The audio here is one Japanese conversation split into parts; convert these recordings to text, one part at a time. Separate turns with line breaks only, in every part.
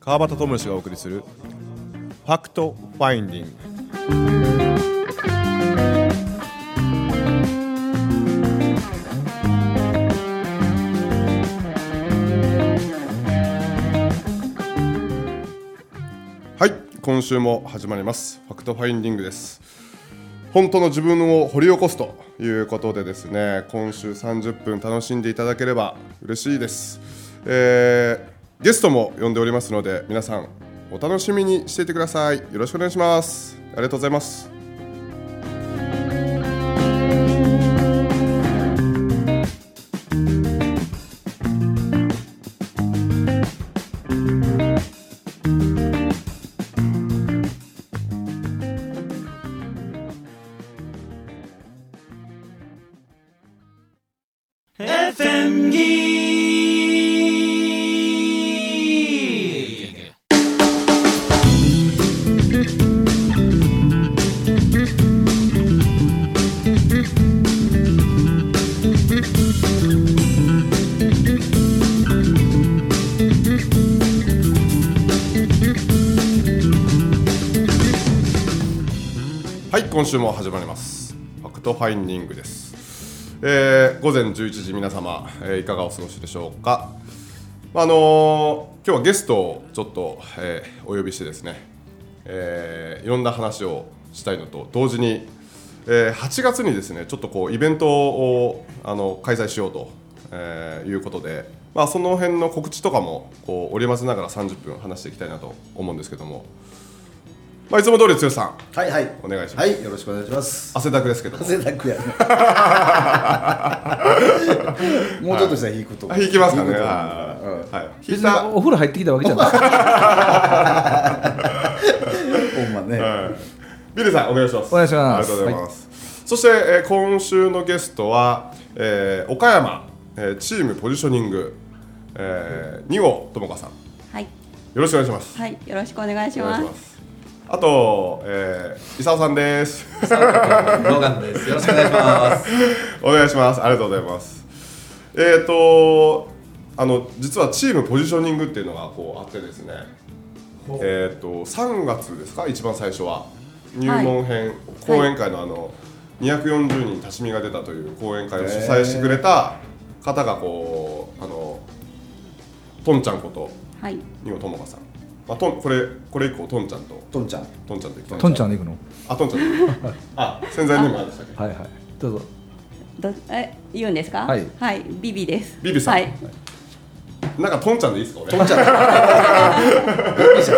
川端智之がお送りするファクトファインディングはい今週も始まりますファクトファインディングです本当の自分を掘り起こすということでですね今週30分楽しんでいただければ嬉しいです、えーゲストも呼んでおりますので皆さんお楽しみにしていてくださいよろしくお願いしますありがとうございますはい今週も始まりますファクトファインディングです、えー午前11時皆様、えーいかがお過ごしでしょうかまああのー今日はゲストをちょっと、えーお呼びしてですね、えーいろんな話をしたいのと同時に、えー8月にですねちょっとこうイベントをあの開催しようと、えーいうことで、まあ、その辺の告知とかもこう織り交ぜながら30分話していきたいなと思うんですけども、まあ、いつも通り剛さん
はいはい。
お願いします
はい、よろしくお願いします。
汗だくですけども
汗だくや ね。もうちょっとしたら引くと思
あ
う。
引きますかね。
引くと思う
はいはい。引い
別に
た。
お風呂入ってきたわけじゃない
ほんまね。
ビルさんお願いします。
お願いします
ありがとうございます。そして、えー今週のゲストは、えー岡山、えーチームポジショニング、えー、二号智香さん。よ
はい、
ろしくお願いします。
はい、よろしくお願いし
お願い
ます。
します。あと、えー、伊沢さんです。
ロガンです。よろしくお願いします。
お願いします。ありがとうございます。えっ、とあの実はチームポジショニングっていうのがこうあってですね。えっ、と3月ですか一番最初は入門編、講演会のあの240人立ち見が出たという講演会を主催してくれた方がこうあのとんちゃんこと
はい、
二ともかさん。まあとんこれこれ以降とんちゃんと
とんちゃん。
とんちゃんと行きたい
トンちゃんで行くの
あとんちゃんとあ潜在にもあるんでしたっけ。
はいはいどうぞ
ど、え、言うんですか。
はい
ビビです。
ビビさん
はい、
なんかとんちゃんでいいですか俺。
とんちゃん。いいじゃ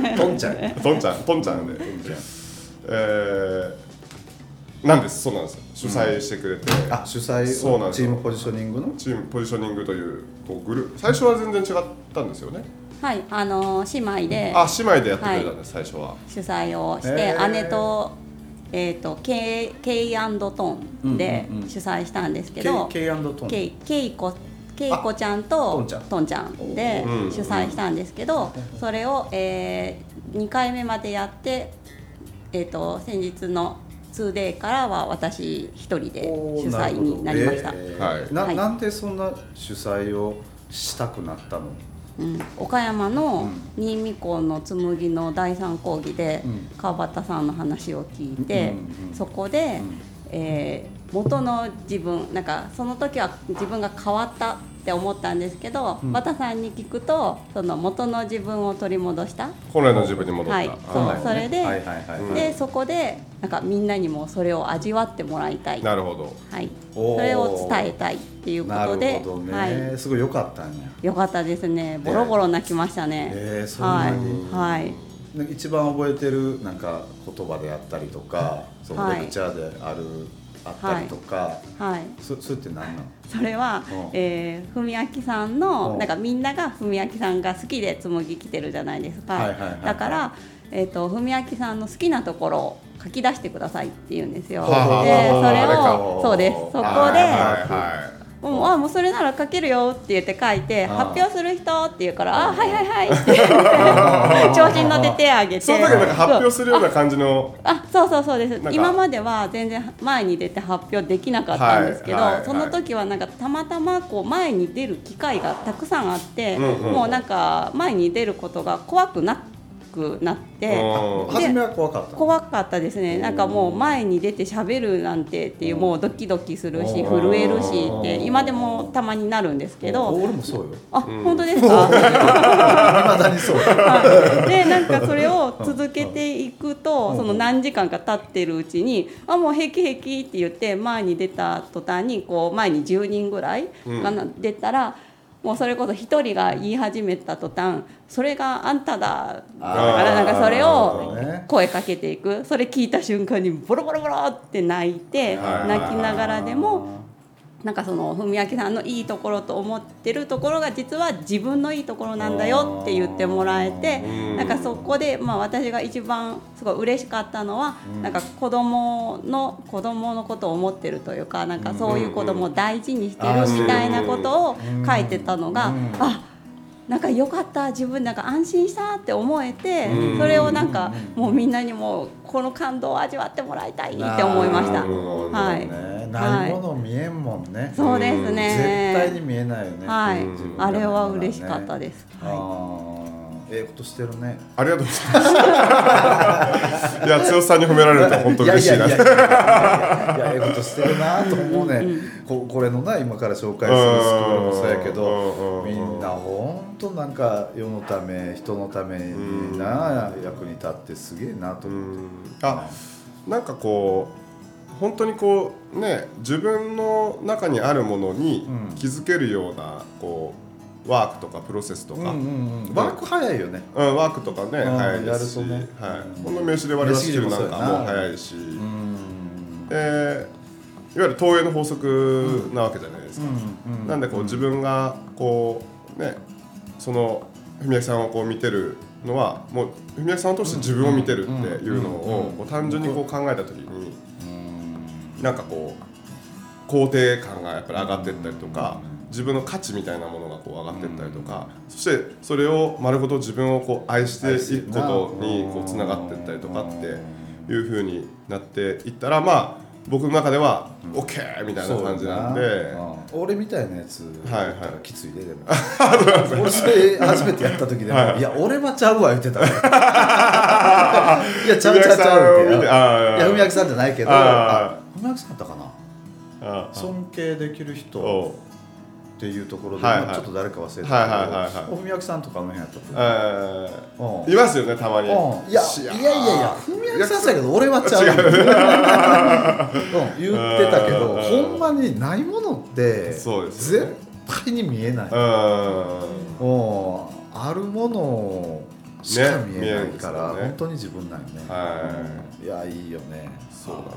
ない。とんちゃん。
トンちゃん、トンちゃんで、えー、なんです、そうなんです、主催してくれて、
あ、主催
そうなんです
チームポジショニングの。
チームポジショニングというこうグループ、最初は全然違ったんですよね。
はい、あのー姉妹で
あ、姉妹でやってくれたんです、最初は。
主催をし
へ
て、
ー
姉と。えっ、と、ケイ、ケイアンドトンで
うんうんうん
主催したんですけ
K
ど。
K トン。
ケイ、ケイコ。ケイコちゃんと
あとんちゃん
とんちゃんで
うん
主催したんですけど、それを、え2回目までやって、えー、と先日の 2day からは私一人で主催になりました。
は
はいい。な
はい
なんでそんな主催をしたくなったの。
うん、岡山の新見港の紬の第三講義で
うん
川端さんの話を聞いて、
うんうん
そこで、えー元の自分なんかその時は自分が変わったって思ったんですけど、
ん
和田さんに聞くとその元の自分を取り戻した、
本来の自分に戻った。
はい
あ
そう
ー
それで
はいはいはいはい。
でそこでなんかみんなにもそれを味わってもらいたい、は
なるほど。
い、
おー
それを伝えたいっていうこ
な
と
る
で
ほど
は
ね。すごい良かったんや。
い、よかったですねボロボロ泣きましたね。
えー、そん
は
ないに、、
はい
なんか一番覚えてるなんか言葉であったりとかその
はい
レクチャーである、あったりとか、
はい
そそれって何なの
それは
うん、
えー、文明さん
う
の
ん
なんかみんなが文明さんが好きで紬来てるじゃないですか、
はいはいはいはい
だから、えー、と文明さんの好きなところを書き出してくださいって言うんですよ、
はあはあ
で
はあ
それ
あれか
をそうですそこで、
はいはいはい。
うん、あもうそれなら書けるよって言って書いて
あー
発表する人って言うからあーはいはいはいって言って調子に乗って手を挙げて
その時はなんか発表するような感じの
あそうそうそうです
んか
今までは全然前に出て発表できなかったんですけど、
はいはい
その時はなんかたまたまこう前に出る機会がたくさんあって、
うんうん
もうなんか前に出ることが怖くなくなって。
うん
初めは怖かった
怖かったですねなんかもう前に出て喋るなんてっていうもうドキドキするし震えるしって今でもたまになるんですけど
俺もそうよ
あ本当ですか
未だにそうよ
はいでなんかそれを続けていくとその何時間か経ってるうちに「あもう平気平気」って言って前に出た途端にこう前に10人ぐらいがな出たら。もうそれこそ一人が言い始めた途端それがあんただだからなんかそれを声かけていくそれ聞いた瞬間にボロボロボロって泣いて
はい
泣きながらでもなんかその文明さんのいいところと思ってるところが実は自分のいいところなんだよって言ってもらえて
うん
なんかそこでまあ私が一番すごい嬉しかったのはなんか子供の子供のことを思ってるというかなんかそういう子供を大事にしてるみたいなことを書いてたのがあなんか良かった自分なんか安心したって思えて
うん
それをなんかもうみんなにもこの感動を味わってもらいたいって思いました。
なるほど
はい
ねないもの見えんもんね
そうですね。
絶対に見えないよね、
はい
うん
あれは嬉しかった
す
です。
あ
は
ーええことしてるね
ありがとうございます。い や、剛さんに褒められると本当嬉しいな。
いやいやいやいやいやええことしてるなと思うねここれのな今から紹介するスクールもそうやけ
うん
どみんなほんとなんか世のため人のためにな役に立ってすげえなと
う
思って
ん あ、なんかこう、本当にこう、ね、自分の中にあるものに
うん
気づけるような、こう、ワークとかプロセスとか。
う
うんん
うんうんワーク早いよね
ワークとかね、
うん
早いですし、
やるとね
はい、
うん
この名刺で割り切るなんかも早いし、
うん
えーいわゆる投影の法則なわけじゃないですか。
うんうん
なんでこう自分がこうねその文明さんをこう見てるのはもう文明さんを通して自分を見てるっていうのをこう単純にこう考えた時になんかこう肯定感がやっぱり上がってったりとか自分の価値みたいなものがこう上がってったりとかそしてそれを丸ごと自分をこう愛していくことにこうつながってったりとかっていう風になっていったらまあ僕の中では OK みたいな感じなんで。
そうだなうん俺みたいなやつ
はいはい
だったらきついででも俺それ初めてやった時でもいや俺はちゃうわ言っ てたいやちゃうちゃうちゃうっていや
あ
文明さんじゃないけど
あ
あ文明さんだったかな
ああ
尊敬できる人
お
っていうところで
はいはい
まあちょっと誰か忘れて
はいはいはい
た
は
け
い
ど文明さんとかあの辺やったと思う
え
うん
ーいますよねたまに
うんいやいやいやいや文明さんだけど俺はちゃうよ うん言ってたけど
うん
ほんまにないものって
そうですよね
絶対に見えない、
うん
うんあるものしか
ね
見えないから、
見えないですよね
本当に自分なんよね、、
はい
やいいよね
そうなんで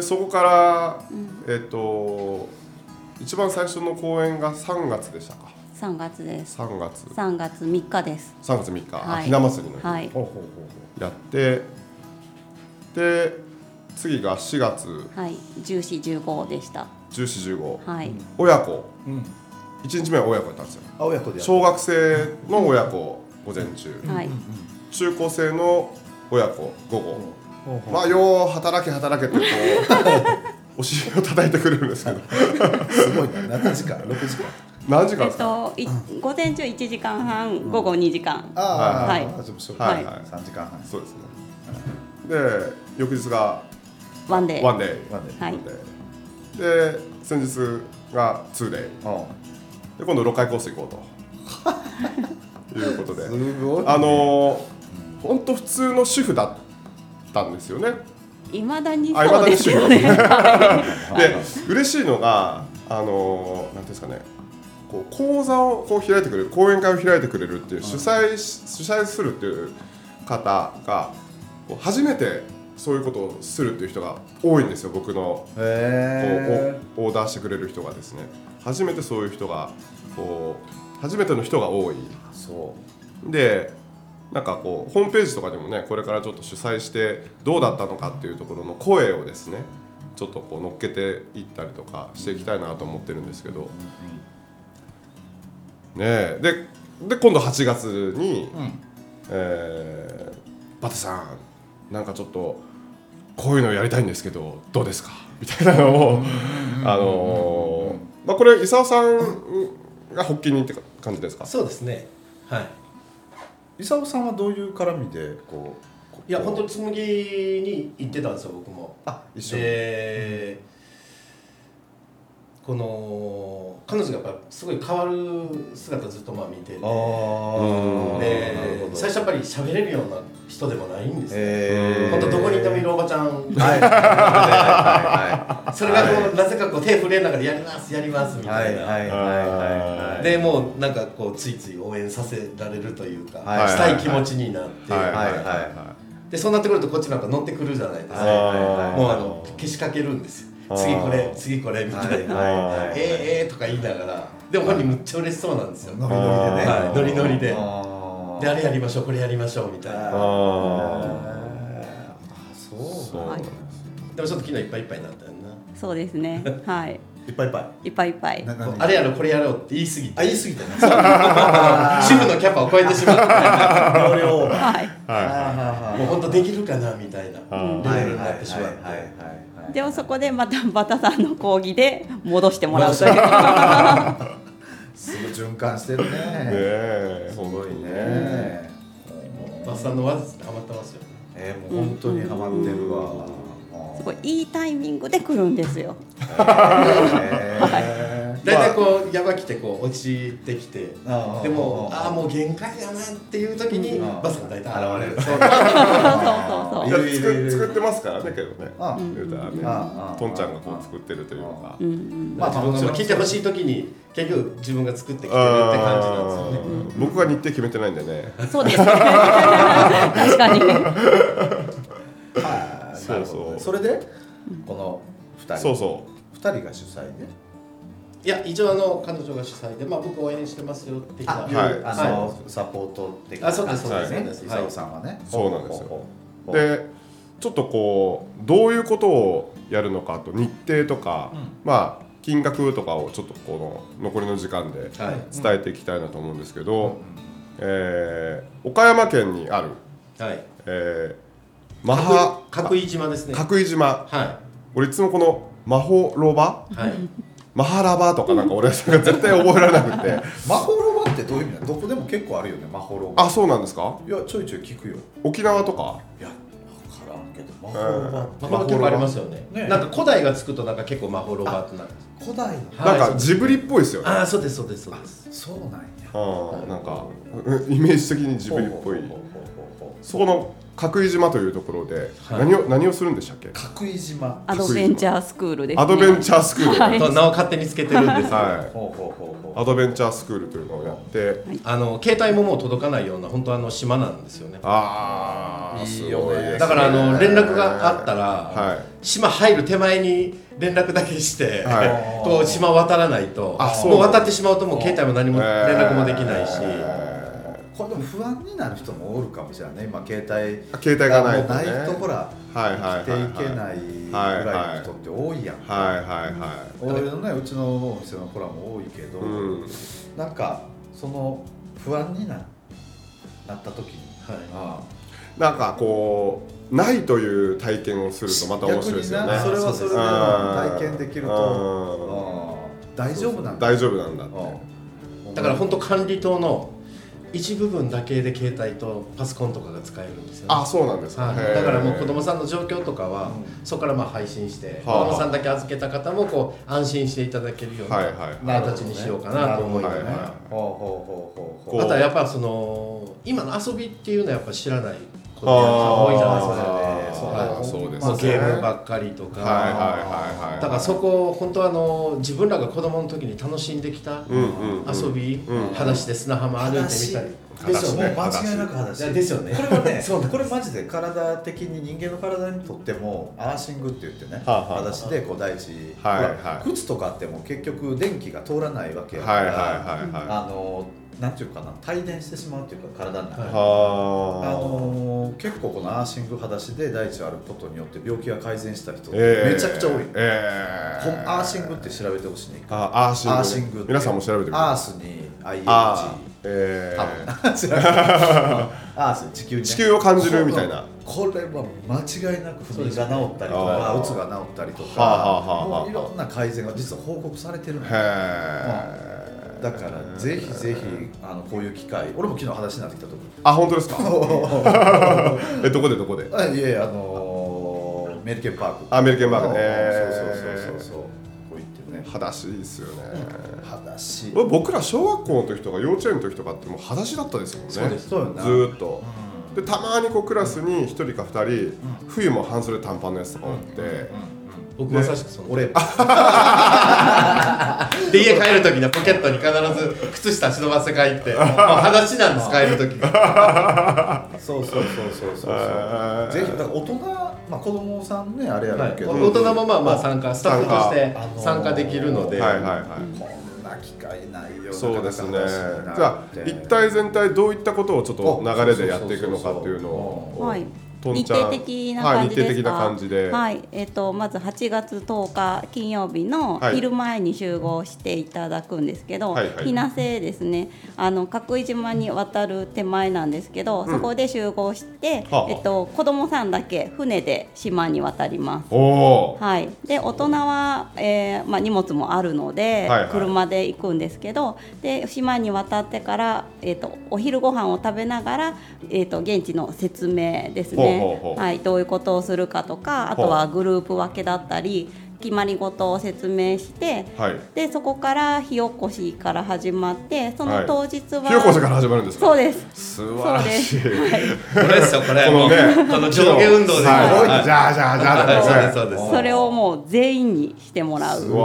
すよでそこから
うん
えっと一番最初の公演が3月でしたか
い。3月です。
3月
3月3日です。
3月3日
は
あ
い
ひな祭りの
はい。
ほうほうほう
日やってで次が4月
はい。14、15でした。
1415
はい。
親子
ほううん
1日目は親子やったんですよ
あ親子でやった
小学生の親子午前中
はい。
中高生の親子午後、
ほうほう
まあよう働け働けってこうお尻を叩いてくれるんですけど
すごいな7時間6時 間
何時
え
間で
っ
すか、
と、い午前中1時間半、午後2時間。
あ
はい
あでもそう
はい
は
はい
3時間半
そうですねで翌日が
ワンデ
ワ
ー。
ンデイ
まで、
はい。
でで先日がツーデイで今度6回コース行こうということで
うんすごい
あのー、ほんと普通の主婦だったんですよね
いまだに
あ未
そ
だ
う
に
ですよね。
で嬉しいのがあのなんていうんですかねこう講座をこう開いてくれる講演会を開いてくれるっていう主催し主催するっていう方がこう初めてそういうことをするっていう人が多いんですよ僕のこう
へ
おオーダーしてくれる人がですね初めてそういう人がこう初めての人が多い
えそう
でなんかこうホームページとかでもねこれからちょっと主催してどうだったのかっていうところの声をですねちょっとこう乗っけていったりとかしていきたいなと思ってるんですけど、ねえでで今度8月に、えーバタさんなんかちょっとこういうのやりたいんですけどどうですかみたいなのをあのーまあこれ伊沢さんが発起人って感じですか
そうですねはい
伊沢さんはどういう絡みでこうこう
いや本当に紬に行ってたんですよ僕も
あ一緒に
で、この彼女がやっぱすごい変わる姿ずっとまあ見てて
ああ、
うん
で
なるほど
最初やっぱり喋れるような人でもないんですよ、
えー
本当どこにいてもいるおばちゃん、
はいはいは
それがこうなぜかこう手震えながらやりますやりますみ
い
た
はいい
な、
はいはいはいはい
でもうなんかこうついつい応援させられるというか、
はい
したい気持ちになって、
はいはい
はい
はい
はい
でそうなってくるとこっちなんか乗ってくるじゃないですか、
はいはいはい
もうあの消しかけるんですよ
あー
次これ次これみた
はい
いな、
はいはい
えー、えーとか言いながらでも本人むっちゃ嬉しそうなんですよ、
ノリノリでね、
はいノリノリで
あー
であれやりましょうこれやりましょうみたいな
あー
あーそう
そうなん
はい
です
でもちょっと昨日いっぱいいっぱいになったよな
そうです ね。はい。
いっぱいいっぱ
いっぱいいっぱい
い。な
こう
何
あれやろこれやろうって言い過ぎ
あ
て
言い過ぎたね
主婦のキャパを超えてしまって
容量を
は い。
もう本当できるかなみたいなレ
ー
ベルになってしまって、
でもそこでまた バタさんの講義で戻してもらうという。
すごい循環してるね
ねえ
すごいね
バスさんの技ハマってますよ
えー、もう本当にハマってるわ
すごいいいタイミングで来るんですよ。
え
大体こう山来てこう落ちてきて
あー
でも
あー
ああもう限界やなっていう時に
うん
バスが大体現れる
そう
そうそうそう
い
そ
や
う。
いるいるい
作
る
作ってますからねけどね
あ
言うたらね
ああ
とんちゃんがこう作ってるというか
うんうん。
まあまあもちろん
聞いてほしい時に結局自分が作ってきてるって感じなんですよね
あー僕が日程決めてないんでね
そうですね。確かに。
はい
そうそう
なるほどねそれでこの二人
そうそ
二人が主催で
いや一応あの彼女が主催でまあ僕応援してますよって
あ、
い
は、
はいい
あの、サポート的な
あそうです
そうです
は
そ
い
うです
伊沢さんはね、
そうなんですよ
ほ
う
うほうほう
でちょっとこうどういうことをやるのかあと日程とか、まあ金額とかをちょっとこの残りの時間で
はい
伝えていきたいなと思うんですけど、えー岡山県にある、
はい
えー、マハ
角井島ですねは
角井島
い
俺いつもこのマホロバ
はい
マハラバとかなんか俺はそれが絶対覚えられなくて
マホロバってどういう意味なの？どこでも結構あるよね、マホロバ。
あそうなんですか
いや、ちょいちょい聞くよ。
沖縄とか
いや、わからんけど、マホロバって
魔法結構ありますよね
ね
なんか古代がつくとなんか結構魔法ロバーってなるんです
古代の。
なん
はい
かジブリっぽいですよね、
ああそうですそうですそうです
そうなんや。
うん、なんか うんイメージ的にジブリっぽい
ほうほうほうほうほう
そこの角井島というところで
はい
何を何をするんでしたっけ
角井島。
アドベンチャースクールです、ね。
アドベンチャースクール
は
はいい、
と名を勝手につけてるんです
ほうほうほうほう。
アドベンチャースクールというのをやって
あの携帯ももう届かないような本当あの島なんですよね
ああす
いい
ご
よ
い
ね
ですね
だからあの連絡があったら、
はい
島入る手前に連絡だけして、
は
こう島渡らないと
あそう
もう渡ってしまうともう携帯も何も連絡もできないし、
これでも不安になる人もおるかもしれないね。今携帯
あ携帯がないとね
もうないとほら
はいはいはい
生きていけないぐらいの人って多いやん。
はいはいは
俺のねうちのお店の子らも多いけ
い、
ど、
うん、
なんかその不安にななった時に、
はい
あ
なんかこうないという体験をすると
あ
また面白いですよね
逆になそれはそれで体験できると、
と
ああ大丈夫なんだ
大丈夫なんだって
うん
だから本当管理棟の一部分だけで携帯とパソコンとかが使えるんですよね
あそうなんですか、
はい
へー
だからもう子供さんの状況とかは、
う
そこからまあ配信して、
はあ
子供さんだけ預けた方もこう安心していただけるような
はいはい
なるほど
形にしようかなと思いなが
な
ら、
るほどはい
ほうほうほうほうほ
こ
あとはやっぱその今の遊びっていうのはやっぱ知らない子
あ
が多いじゃないですか
ー
そう
そう
だよね
です
もうゲーム
はい
ばっかりとか、
はいはいはいはい
だからそこを本当はあの自分らが子供の時に楽しんできた
うんうんうん
遊び、
うん
裸足で砂浜歩いてみたり
う
ですよ
話
もう
ね
ね
間違いなく
い
話
やですよね
これ は
そうな
ね
ん
これマジで体的に人間の体にとってもアーシングって言ってね、
はあはあ
私でこう第一、
はい
ほら
はい
靴とかってもう結局電気が通らないわけやか
はい
ら、
はいはいはい
あのなんていうかな帯電してしまうというか体の中
は
に、
い
あ
は
のー結構このアーシング裸足で大地を歩くことによって病気が改善した人
あ、
めちゃくちゃ多い、
え
ほんアーシングって調べてほしいね
あアーシングね
アーシングって
皆さんも調べてみて
アースに IH
あーえ
多分
ー、
知らないアース地球にね
地球を感じるみたいな
これは間違いなく不妊が治ったりと
あ
か
ー
うつが治ったりと
はあはあはあはあ
かもういろんな改善が実は報告されてるんだ
へえ
だからぜひぜひあのこういう機会俺も昨日話になってきたとこ
あ本当ですかえどこでどこで
あいえいえあのーメリケンパーク
あメリケンパークね
うんそうそうそうそうそうこう言ってね
裸足いいっすよね
裸足
俺僕ら小学校の時とか幼稚園の時とかってもう裸足だったですもんね
そうですそうよ
ず
な
ーっと、でたまにこうクラスに1人か2人、冬も半袖短パンのやつとかおって、
僕まさしくその
俺
で家帰る時にはポケットに必ず靴下忍ばせ帰 ってもう裸足なんです帰る時が
そうそうそうそうそう
あー
ぜひだから大人まあ子供さんねあれや
は
る
い
けど、
大人もまあまあ参加スタッフとして
あのー
参加できるので、
はいはいはい、
こんな機会ないよ
そうですね
なかなか
じゃあ
話になって
一体全体どういったことをちょっと
あ
流れでやっていくのかっていうのを
はい
とん
日
ちゃん
程的な感じですか、
はい、日程的な感じで、
はいえっとまず8月10日金曜日の
はい
昼前に集合していただくんですけど、
はいはい
日生ですねあの角井島に渡る手前なんですけど、そこで集合して、
はあはあ
えっと、子供さんだけ船で島に渡ります。
おおー、
はい、で大人は、えーまあ、荷物もあるので、
はいはい
車で行くんですけどで島に渡ってから、えー、とお昼ご飯を食べながら、えー、と現地の説明ですね
ほうほうほう
はい、どういうことをするかとかあとはグループ分けだったり決まり事を説明して
はい
でそこから火起こしから始まってそ
は
の
い
当日は、
ひよこさんから始まるんですか
そうです
素晴らしい
そうですはい
これですよこれ
このね
もうこの上下運動ですよ、
はい
はい
じゃあじゃあじゃあ
はいそう
だ
で
ね
すそうです
それをもう全員にしてもらう。
うわ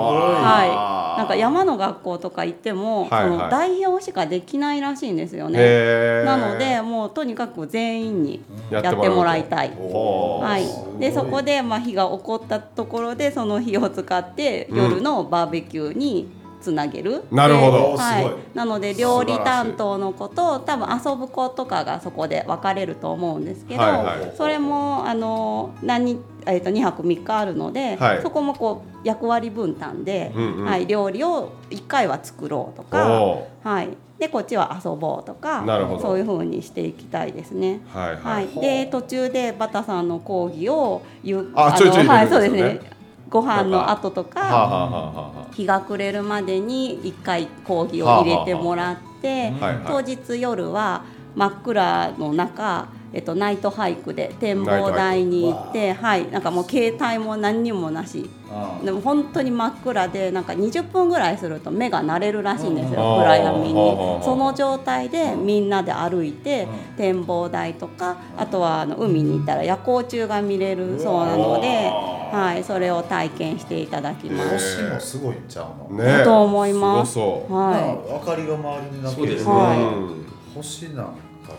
ー
はい、なんか山の学校とか行っても、
はいはい
その代表しかできないらしいんですよね。
へー
なのでもうとにかく全員に
や
や
っ
っ
もらう
て
と
てもらいたい。
ほう
はい
すご、い
でそこでまあ火が起こったところでその火を使って
うん
夜のバーベキューにつなげる。
なるほど
では
お
い
すごい、
なので料理担当の子と多分遊ぶ子とかがそこで分かれると思うんですけど、
はいはい
それもあの何えっと2泊3日あるので、
はい
そこもこう役割分担で、
うんうん
はい、料理を1回は作ろうとか、
お
はい、でこっちは遊ぼうとか
なるほど
そういうふうにしていきたいですね。
ーはいは
はいい、で途中でバタさんの講義をゆ
あちょいちょい
のは
入
い
れ
そう
る
で
ん
す
ですよね
ねご飯の後とか、
はあはあはあは
日が暮れるまでに1回講義を入れてもらっ
は
て、
あはあは
当日夜は真っ暗の中、えっと、ナイトハイクで展望台に行って、はい、なんかもう携帯も何にもなし
うん
でも本当に真っ暗でなんか20分ぐらいすると目が慣れるらしいんです
うん
よ暗闇に
はあはあはあ
その状態でみんなで歩いて展望台とかあとはあの海に行ったら夜光虫が見れるそうなので、
う
はい、それを体験していただきます。
星もすごいんちゃうの、
あ
ね、
ね
だと思います
ごそう
は
明かりが周りになって
そうです
ねはい
うん
星なんか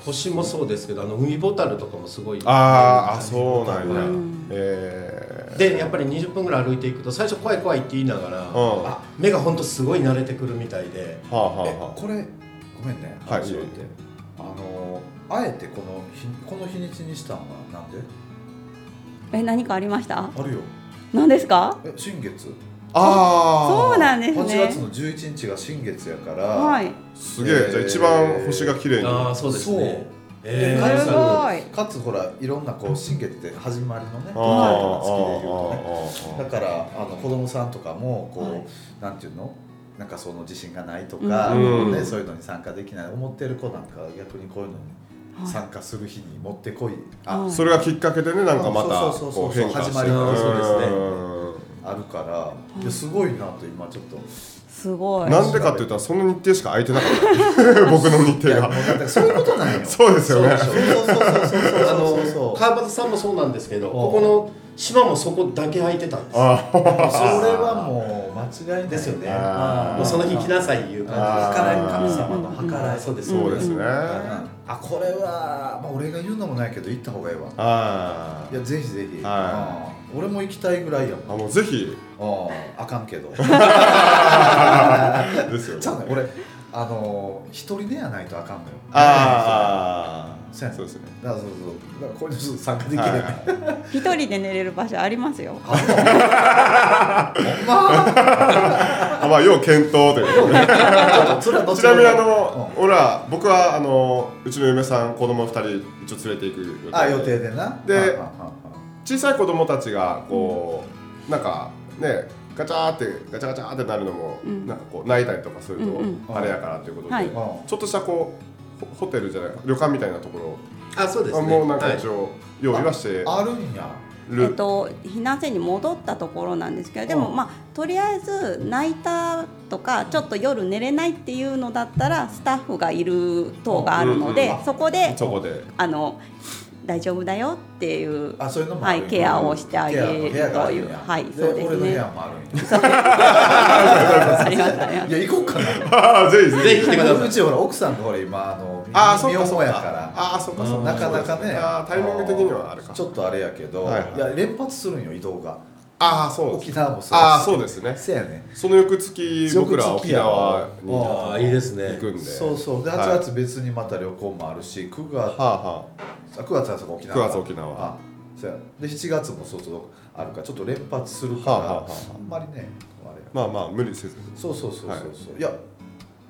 星もそうですけどあの海ボタルとかもすごい
あーあそうなんや、
うん
えー、
でやっぱり20分ぐらい歩いていくと最初怖い怖いって言いながら、
うん
あ目がほんとすごい慣れてくるみたいで
はあはあ
え
は
これごめんね
はい
話を置いて、あのあえてこの日この日にちにしたのはなんで
い。え、何かありました？
あるよ
何ですか？
え新月
ああ
そうなんです
8月
ね。
の11日が新月やから、
はい。
すげえ、じゃあ一番星が綺麗に
ああそうです
そう
ね
で
え
なる
ー
ほどごい
かつほらいろんなこう新月って始まりのね
あー
月でいうとね
あーあーあー
だからあの子供さんとかもこう、
はい
なんていうのなんかその自信がないとか、
うん
ね、そういうのに参加できない思ってる子なんかは逆にこういうのに参加する日に持ってこい、
は
あ
い
それがきっかけでねなんかまた
そうそうそうそう
こう変化して
始まりがそうですね
うん
あるからいやすごいなと今ちょっと、
すごい。
なんでかって言ったらその日程しか空いてなか った僕の日
い
程
やもう
が
だってそういうことなんよ
そうですよね
そうそうそうそうそう
あ
そうそう
の
そう
川端さんもそうなんですけど
ん
ここの島もそこだけ空いてたんです
あー
それはもう間違いない
ですよね
あー
もうその日来なさいいう感
あ
じ
計らいの神様の計
です
らい
そうです
そうですね、
あこれは、まあ、俺が言うのもないけど行った方がええわ
あ
いやぜひぜひ、
は
うん俺も行きたいぐらいやもん
ああもうぜひ
あああかんけど
ですよね
ちゃうね俺あの一人でやないとあかんのよ
ああ
そうやね
そうですね
だからそうそうだからこういうの ちょっと参加できない、
はい
一人で寝れる場所ありますよ。
あまあ要検討というね
それはど
ちなみにあ
うん
の、俺ら僕はあのうちの嫁さん子供二人一応連れていく予定で
あ予定でな
で
あああ
小さい子供たちがこう、なんかねガチャーってガチャガチャーってなるのも、
うん
なんかこう泣いたりとかすると、
うん
うん
あれやからということで、
はい
ああ
ちょっとしたこうホホテルじゃない旅館みたいなところ、
あそうです
あ
ね
もうなん
は
か
い
一応用意はして
ああるんや
えっ
る、
と、避難所に戻ったところなんですけどでも、
うん
まあ、とりあえず泣いたとかちょっと夜寝れないっていうのだったらスタッフがいる棟があるので、
うんうん
そこで
そこで
あの大丈夫だよっていう
あそういうのもあ
は
るん
い、
や
ケアをしてあげると
ケアの部屋があ
い
るん
う、
や
はい、そうで
俺
す
の部
ね。
屋もあるんや
ありがとう ございます
いや行こうかな
ああぜひぜひ
ぜひ来てくださ
う
い
ちほら奥さんがほら今あの
ああそっか
妙
そっ
法
か
やから
ああそっかそっか
なかなかね
ああタイミング的にはあるか
ちょっとあれやけど、
はい
い
はい
や連発するんよ移動が
ああそうで
沖
す
縄もそう
ああそうですね
せやね
その翌月僕らは沖縄に
翌月や
行
ああいいですね
くんで
そうそうで
はい
8月別にまた旅行もあるし9月、
はあはあ
あ9月はそこ沖縄
9月沖縄
あそうやで7月もそうそうあるからちょっと連発するから、
はあはあはあ
あんまりねあれや
まあまあ無理せず
そうそうそうそう、
はい
い、や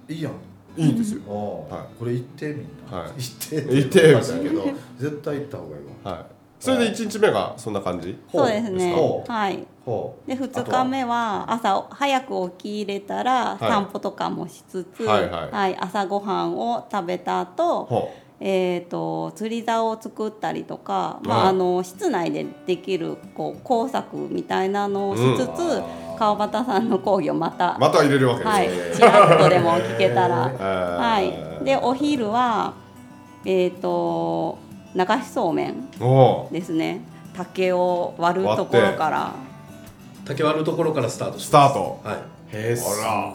いいやん
いいんですよ
おー
は
これ行ってみんな、
はい
行って
行って
おかしいけど絶対行った方がいいわ
はいそれで1日目がそんな感じ
そうですね
ほ。う
はい。
ほう
で2日目は朝早く起き入れたら
い
散歩とかもしつつ、
は
はいい
はい
朝ごはんを食べた後、
ほ
えー、と釣り竿を作ったりとか、ま
はい
あ、あの室内でできるこう工作みたいなのをしつつ、
うん
川端さんの講義をまた
う、また入れるわけです
はい
ね、
ちらっとでも聞け たら。は、
はい
でお昼はえっ、と流しそうめん
おおう
ですね竹を割るところから
竹割るところからスタートします
スタート
はい
へえす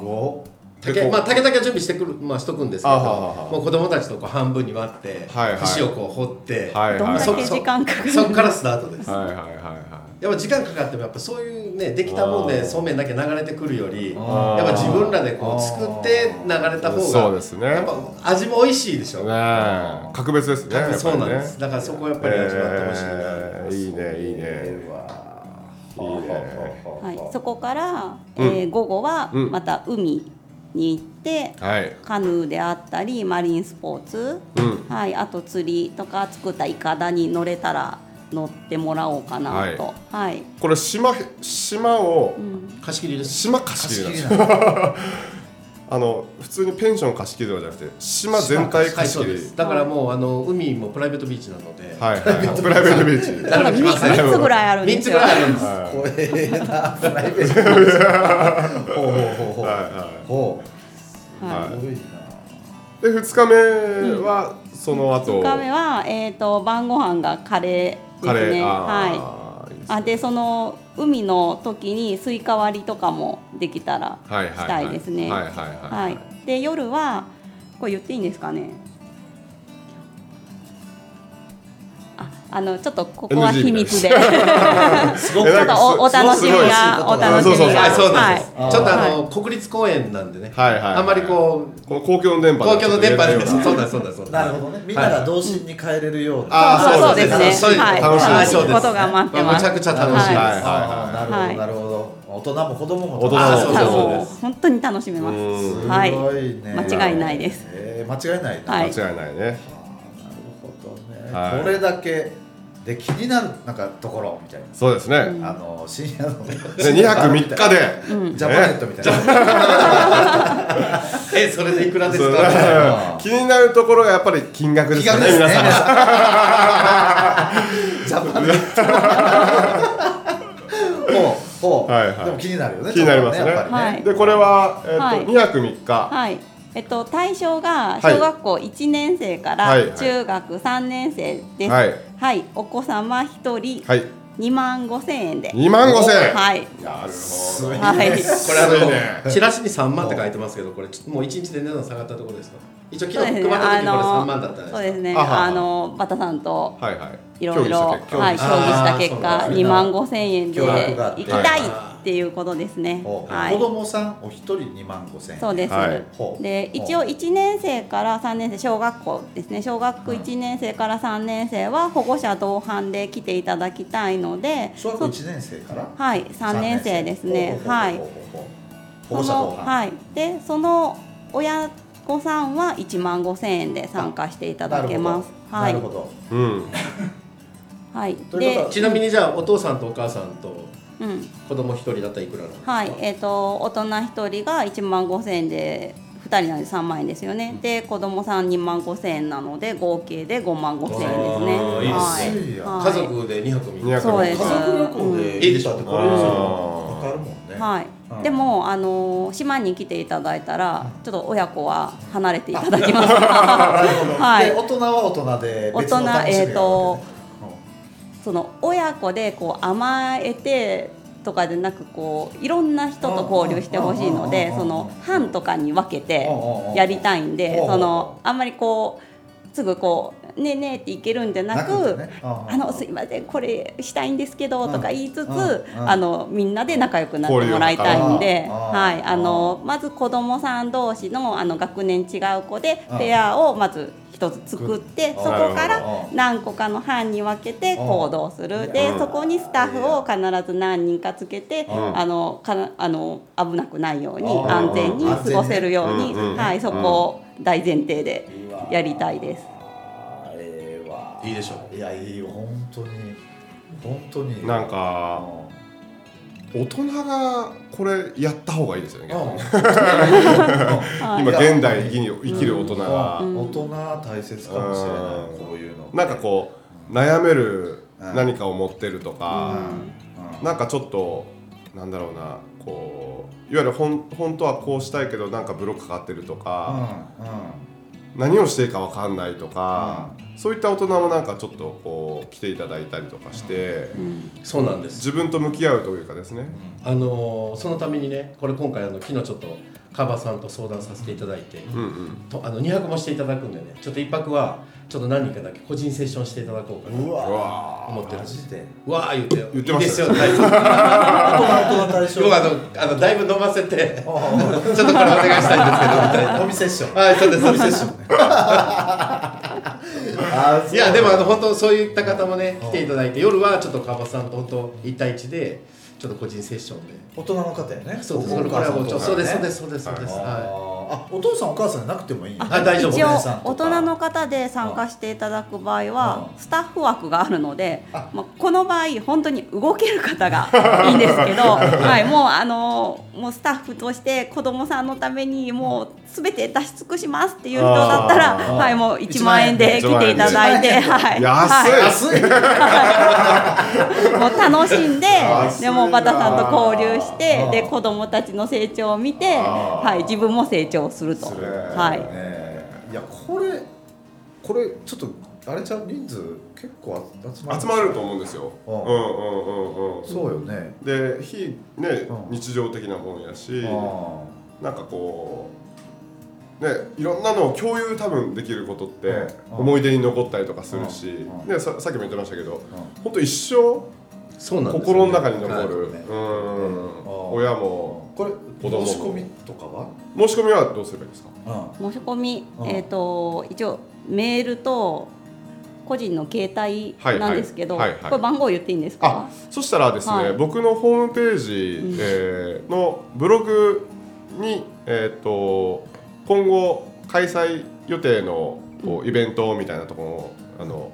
ごっ
でこ
竹
う
まあ、竹だけは準備してくる、まあ、しとくんですけ
あ
ど
ははは
もう子供たちとこう半分に割って、
はいはい
節をこう掘って、
はいはい
どんだ
そ
け
う
そ
時間かかる
そこからスタートです、
はいはいはいはい
やっぱ時間かかってもやっぱそういうねできたもん
あー
でそうめんだけ流れてくるより
あー
やっぱ自分らでこう作って流れた方が
そうですね
やっぱ味も美味しいでしょ、
ねえ格別ですねやっぱりね
そうなんです、だからそこをやっぱり味わってほしいな、
えーいいねいいね
うわ
いいね
はい、そこから、え
うん
ー午後は
うん
また海に行って、
はい
カヌーであったりマリンスポーツ、
うん
はい、あと釣りとか作ったイカダに乗れたら乗ってもらおうかなと、はい
これ島へ島を
うん、
貸し切りです
島貸
貸
し切
し
りなんで
切
すよ
りなの
あの普通にペンション貸し切りとかじゃなくて島 全体
はい
貸し
そう
切
で
り
すだからもうあの海もプライベートビーチなので、
はいはいはいプライベートビーチ
なるべく
3
来ません
つぐらいあるんで
3
す
つぐ
よ
らいあるんです、
は
怖えなプライベートほうほうほうほう、
いは
ほう
は
はいい
すごいな
はいで2日目はその後
2日目は、えー、と晩ご飯がカレー
カ
です
レー
ねはい
あーいいですね
あでその海の時にスイカ割りとかもできたら
はいはいはい
したいですね
はいはいは
はいいで夜はこれ言っていいんですかねああのちょっとここは
NG
秘密 で
すご
え
く
ちょっとおお
なんか
楽
す
し
ごい
み
す
が
ごい
お楽しみが
あ
はい、そうなんで
はい
す、
はい
ちょっとあの、国立公園なんでね、
はいはいはい
あんまりこう
この公共の電波
公共の電波
で
でそうだそうだそうだ
なるほどねみんなが童心に帰れるような、
あー
そう
そ
そうう
で
ですす
ね
そ
ね
ういう
はい
楽しみです
はいことが待ってます
まあむちゃくちゃ楽しみです
は
あー
はい
なるほど、なるほど大人も子供も
大人も
あ
そ
ーそう
そ
うそうう
そう
もう本当に楽しめます
う
す
はい
ごいね
間違いないです、
えー間違いないな、
はい
間違いないね
あーなるほどね、
はい
これだけで気になるなんかところみたいな、
そうですね
あの深夜の
で2泊3日で
ジャパネットみたいな、
えそれでいくらです
そう
かみたいな
うん気になるところがやっぱり金額です
気
よ
が
ね
ですね
皆さん
ジャパネットもう ほう、
はいはい
でも気になるよね
気になりますね
ちょっとやっぱりね、
でこれは、えっと
はい
2泊3日
はい。えっと対象が小学校1年生か
はい
ら中学3年生です。
は
はいい。お子様1人
はい
2万5千円で。
2万5千円
はい。
なる
す
ほ
ごい
ど
ね
はい。
これあ
すごいね
のチラシに3万って書いてますけどこれちょっともう1日で値段下がったところですか一応昨日配った時これ3万だったんです
そ
か
うですね。
あはは
あのバタさんと
はいはい
いろいろ
協議した結
はい
果
協議した結
あー
果
そう
だ
2万5千円で
協力があっ
行
て
きたいっっていうことですね。
ほう
は
子
い。
供さんお一人2万5千円
そうです。
はい
ほう
で一応
ほう
1年生から3年生小学校ですね小学1年生から3年生は保護者同伴で来ていただきたいので
小学校1年生から
そはい3年生ですねは
ほう
い
ほうほうほうほうほう保護者同
その
伴
はいでその親御さんは1万5千円で参加していただけますは
ないるほど
うん
はい
ということ
で
は
ちなみにじゃあお父さんとお母さんと
うん
子供一人だったらいくらなの
はいえっ、と大人1人が1万5千円で2人なので3万円ですよねで子供さん2万5千円なので合計で5万5千円ですね
あーいい
は
で
い
すねいいや
はい
家族で2泊3日
二泊
そうです
家
うん
いいでしょ
ってこ
あ
れ
ー
よかかるもんね
はい
うん
でも、あのー島に来ていただいたらちょっと親子は離れていただ きます は
で
い
大人は大人で別の楽しみ
大人
があるわけね
えーとその親子でこう甘えてとかでなくこういろんな人と交流してほしいの
う
で
んうん
そ
うんうんうん
の班とかに分けてやりたいん
うん
で
うんうん
そのあんまりこうすぐこう「ねえねえ」っていけるんじゃな
なく
く
てねうん
あのすいませんこれしたいんですけど
うん
とか言いつつ、
うんうん
あのみんなで仲良くなってもらいたいん
交
で、
流を
はい、
あー
あのまず子供さん同士のあの学年違う子で
うん
ペアをまず一つ作って、
うん
そこ
な
か
る
ら
ほど
何個かの班に分けて行動する、
うん
で、
うん
そこにスタッフを必ず何人かつけて、
うん
あのかなあの危なくないように
うん
安全に過ごせるように、
うんうん
はい、そこを大前提でやりたいです。
あれはい
いでしょ
いやいいよ本当に本当に
なん
う
か
ん
大人がこれやった方がいいですよね
うん
はい
今現代に生きる大人が、
うん
大人大切かもしれな
うん
いこういうの
なんかこう悩める
うん
何かを持ってると
う
か、
ん
なんかちょっとなんだろうなこういわゆるほん本当はこうしたいけどなんかブロックかかってるとか、
う
何をしていいかわかんないとか、そういった大人もなんかちょっとこう来ていただいたりとかして、
うん
そうなんです
自分と向き合うというかですね。
あのーそのためにねこれ今回あの昨日ちょっとカバさんと相談させていただいて、
うんうん
とあの2泊もしていただくんでねちょっと1泊はちょっと何人かだけ個人セッションしていただこうかな
う
う
わ
わ
思ってる
マジで
わあ言って
言ってましたよ
いいですよ大
大人大
丈夫あのあのだいぶ飲ませて ちょっと
お
これお願いしたいんですけどみたいな
店っしょ
はいそうですそうです
あー
いやでもあの
そう
本当そういった方もね
うん
来ていただいて夜はちょっと川端さんと本当一対一でちょっと個人セッションで
大人の方やね
そうです
お
これこれはもうちょっと
お
そう
母
ですそ
さ
うですそ
んとかね
うですそうですは
あーあお父さんお母さんじゃなくてもいい
あ大丈夫
一応
お姉さんとか
大人の方で参加していただく場合は
うん
スタッフ枠があるので
あ
まあこの場合本当に動ける方がいいんです けど、はい、もうあのもうスタッフとして子供さんのためにもう全て出し尽くしますっていう人だったら、
あ
ー
はい、もう1万円で
1万円
来
で
ていただいて、
1万円で
はい、
安い
は
安い
い、もう楽しんで
安い
でもうバタさんと交流し
う
て
ん
で子供たちの成長を見て、
あー
はい、自分も成長すると。
それ
はい
ねいやこれこれちょっとあれちゃう人数結構集まる
集まると思うんですよ。う
うんん
うんうんうん。
そうよね
で非ね、
うん
日常的なもんやし、
あ
なんかこうねいろんなのを共有多分できることって
うん
思い出に残ったりとかするし、
うん
ねささっきも言ってましたけど
ーうん
本当一生
いそうなんですよね
心の中に残
はい
る、
なる
う
ほ
ん
うん
親も
これ
供も
申し込みとかは
申し込みはどうすればいいですか
う
申し込み、
うん
えっ、と一応メールと個人の携帯
はい
なんですけど、
はいはいはい
これ番号言っていいんです
あ
か？
そしたらですね、
はい
僕のホームページ、
うん
えーのブログに、えー、と今後開催予定のこうイベントみたいなところのあの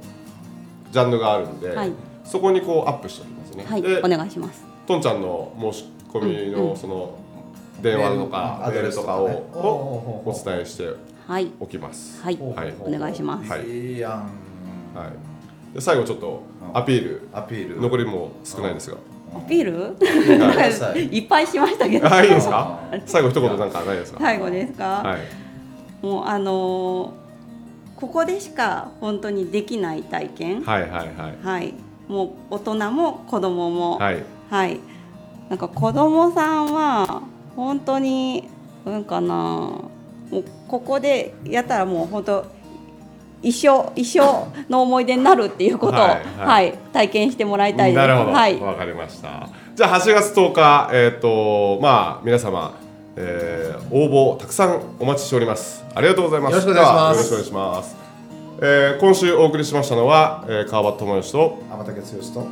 ジャンルがあるんで、
はい
そこにこうアップしておきますね。
はい、
で
お願いします。
とんちゃんの申し込み
うんう
の
ん
その電話とかメールとかを
ね
を
お
お伝えして
はい、
おきます。
はい、
お
はい
お願いします
はい
いいやん
はい、で最後ちょっと
うん
アピール
アピール
残りも少ないですが、
アピール？
ー
なんか
ください
いっぱいしましたけど。
あいいです
あ
か
ー
最後一言なんかないですか。
最後ですか？
はい
もうあのーここでしか本当にできない体験、は
はいはいはい
い、もう大人も子供も、
はい
はい、なんか子供さんは本当にうんかなもうここでやったらもう本当一生一生の思い出になるっていうことを、
は
はいい
は
体験してもらいたいです。
なるほど、
はい、
わかりましたじゃあ8月10日、えっ、とまあ皆様、えー応募たくさんお待ちしております。ありがとうございます。
よろしくお願いし
では
ます
よろしくお願いします。えー今週お送りしましたのは、えー、川端智之と
天竹剛と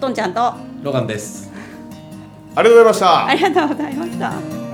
とんちゃんと
ロガンです
ありがとうございました。
ありがとうございました。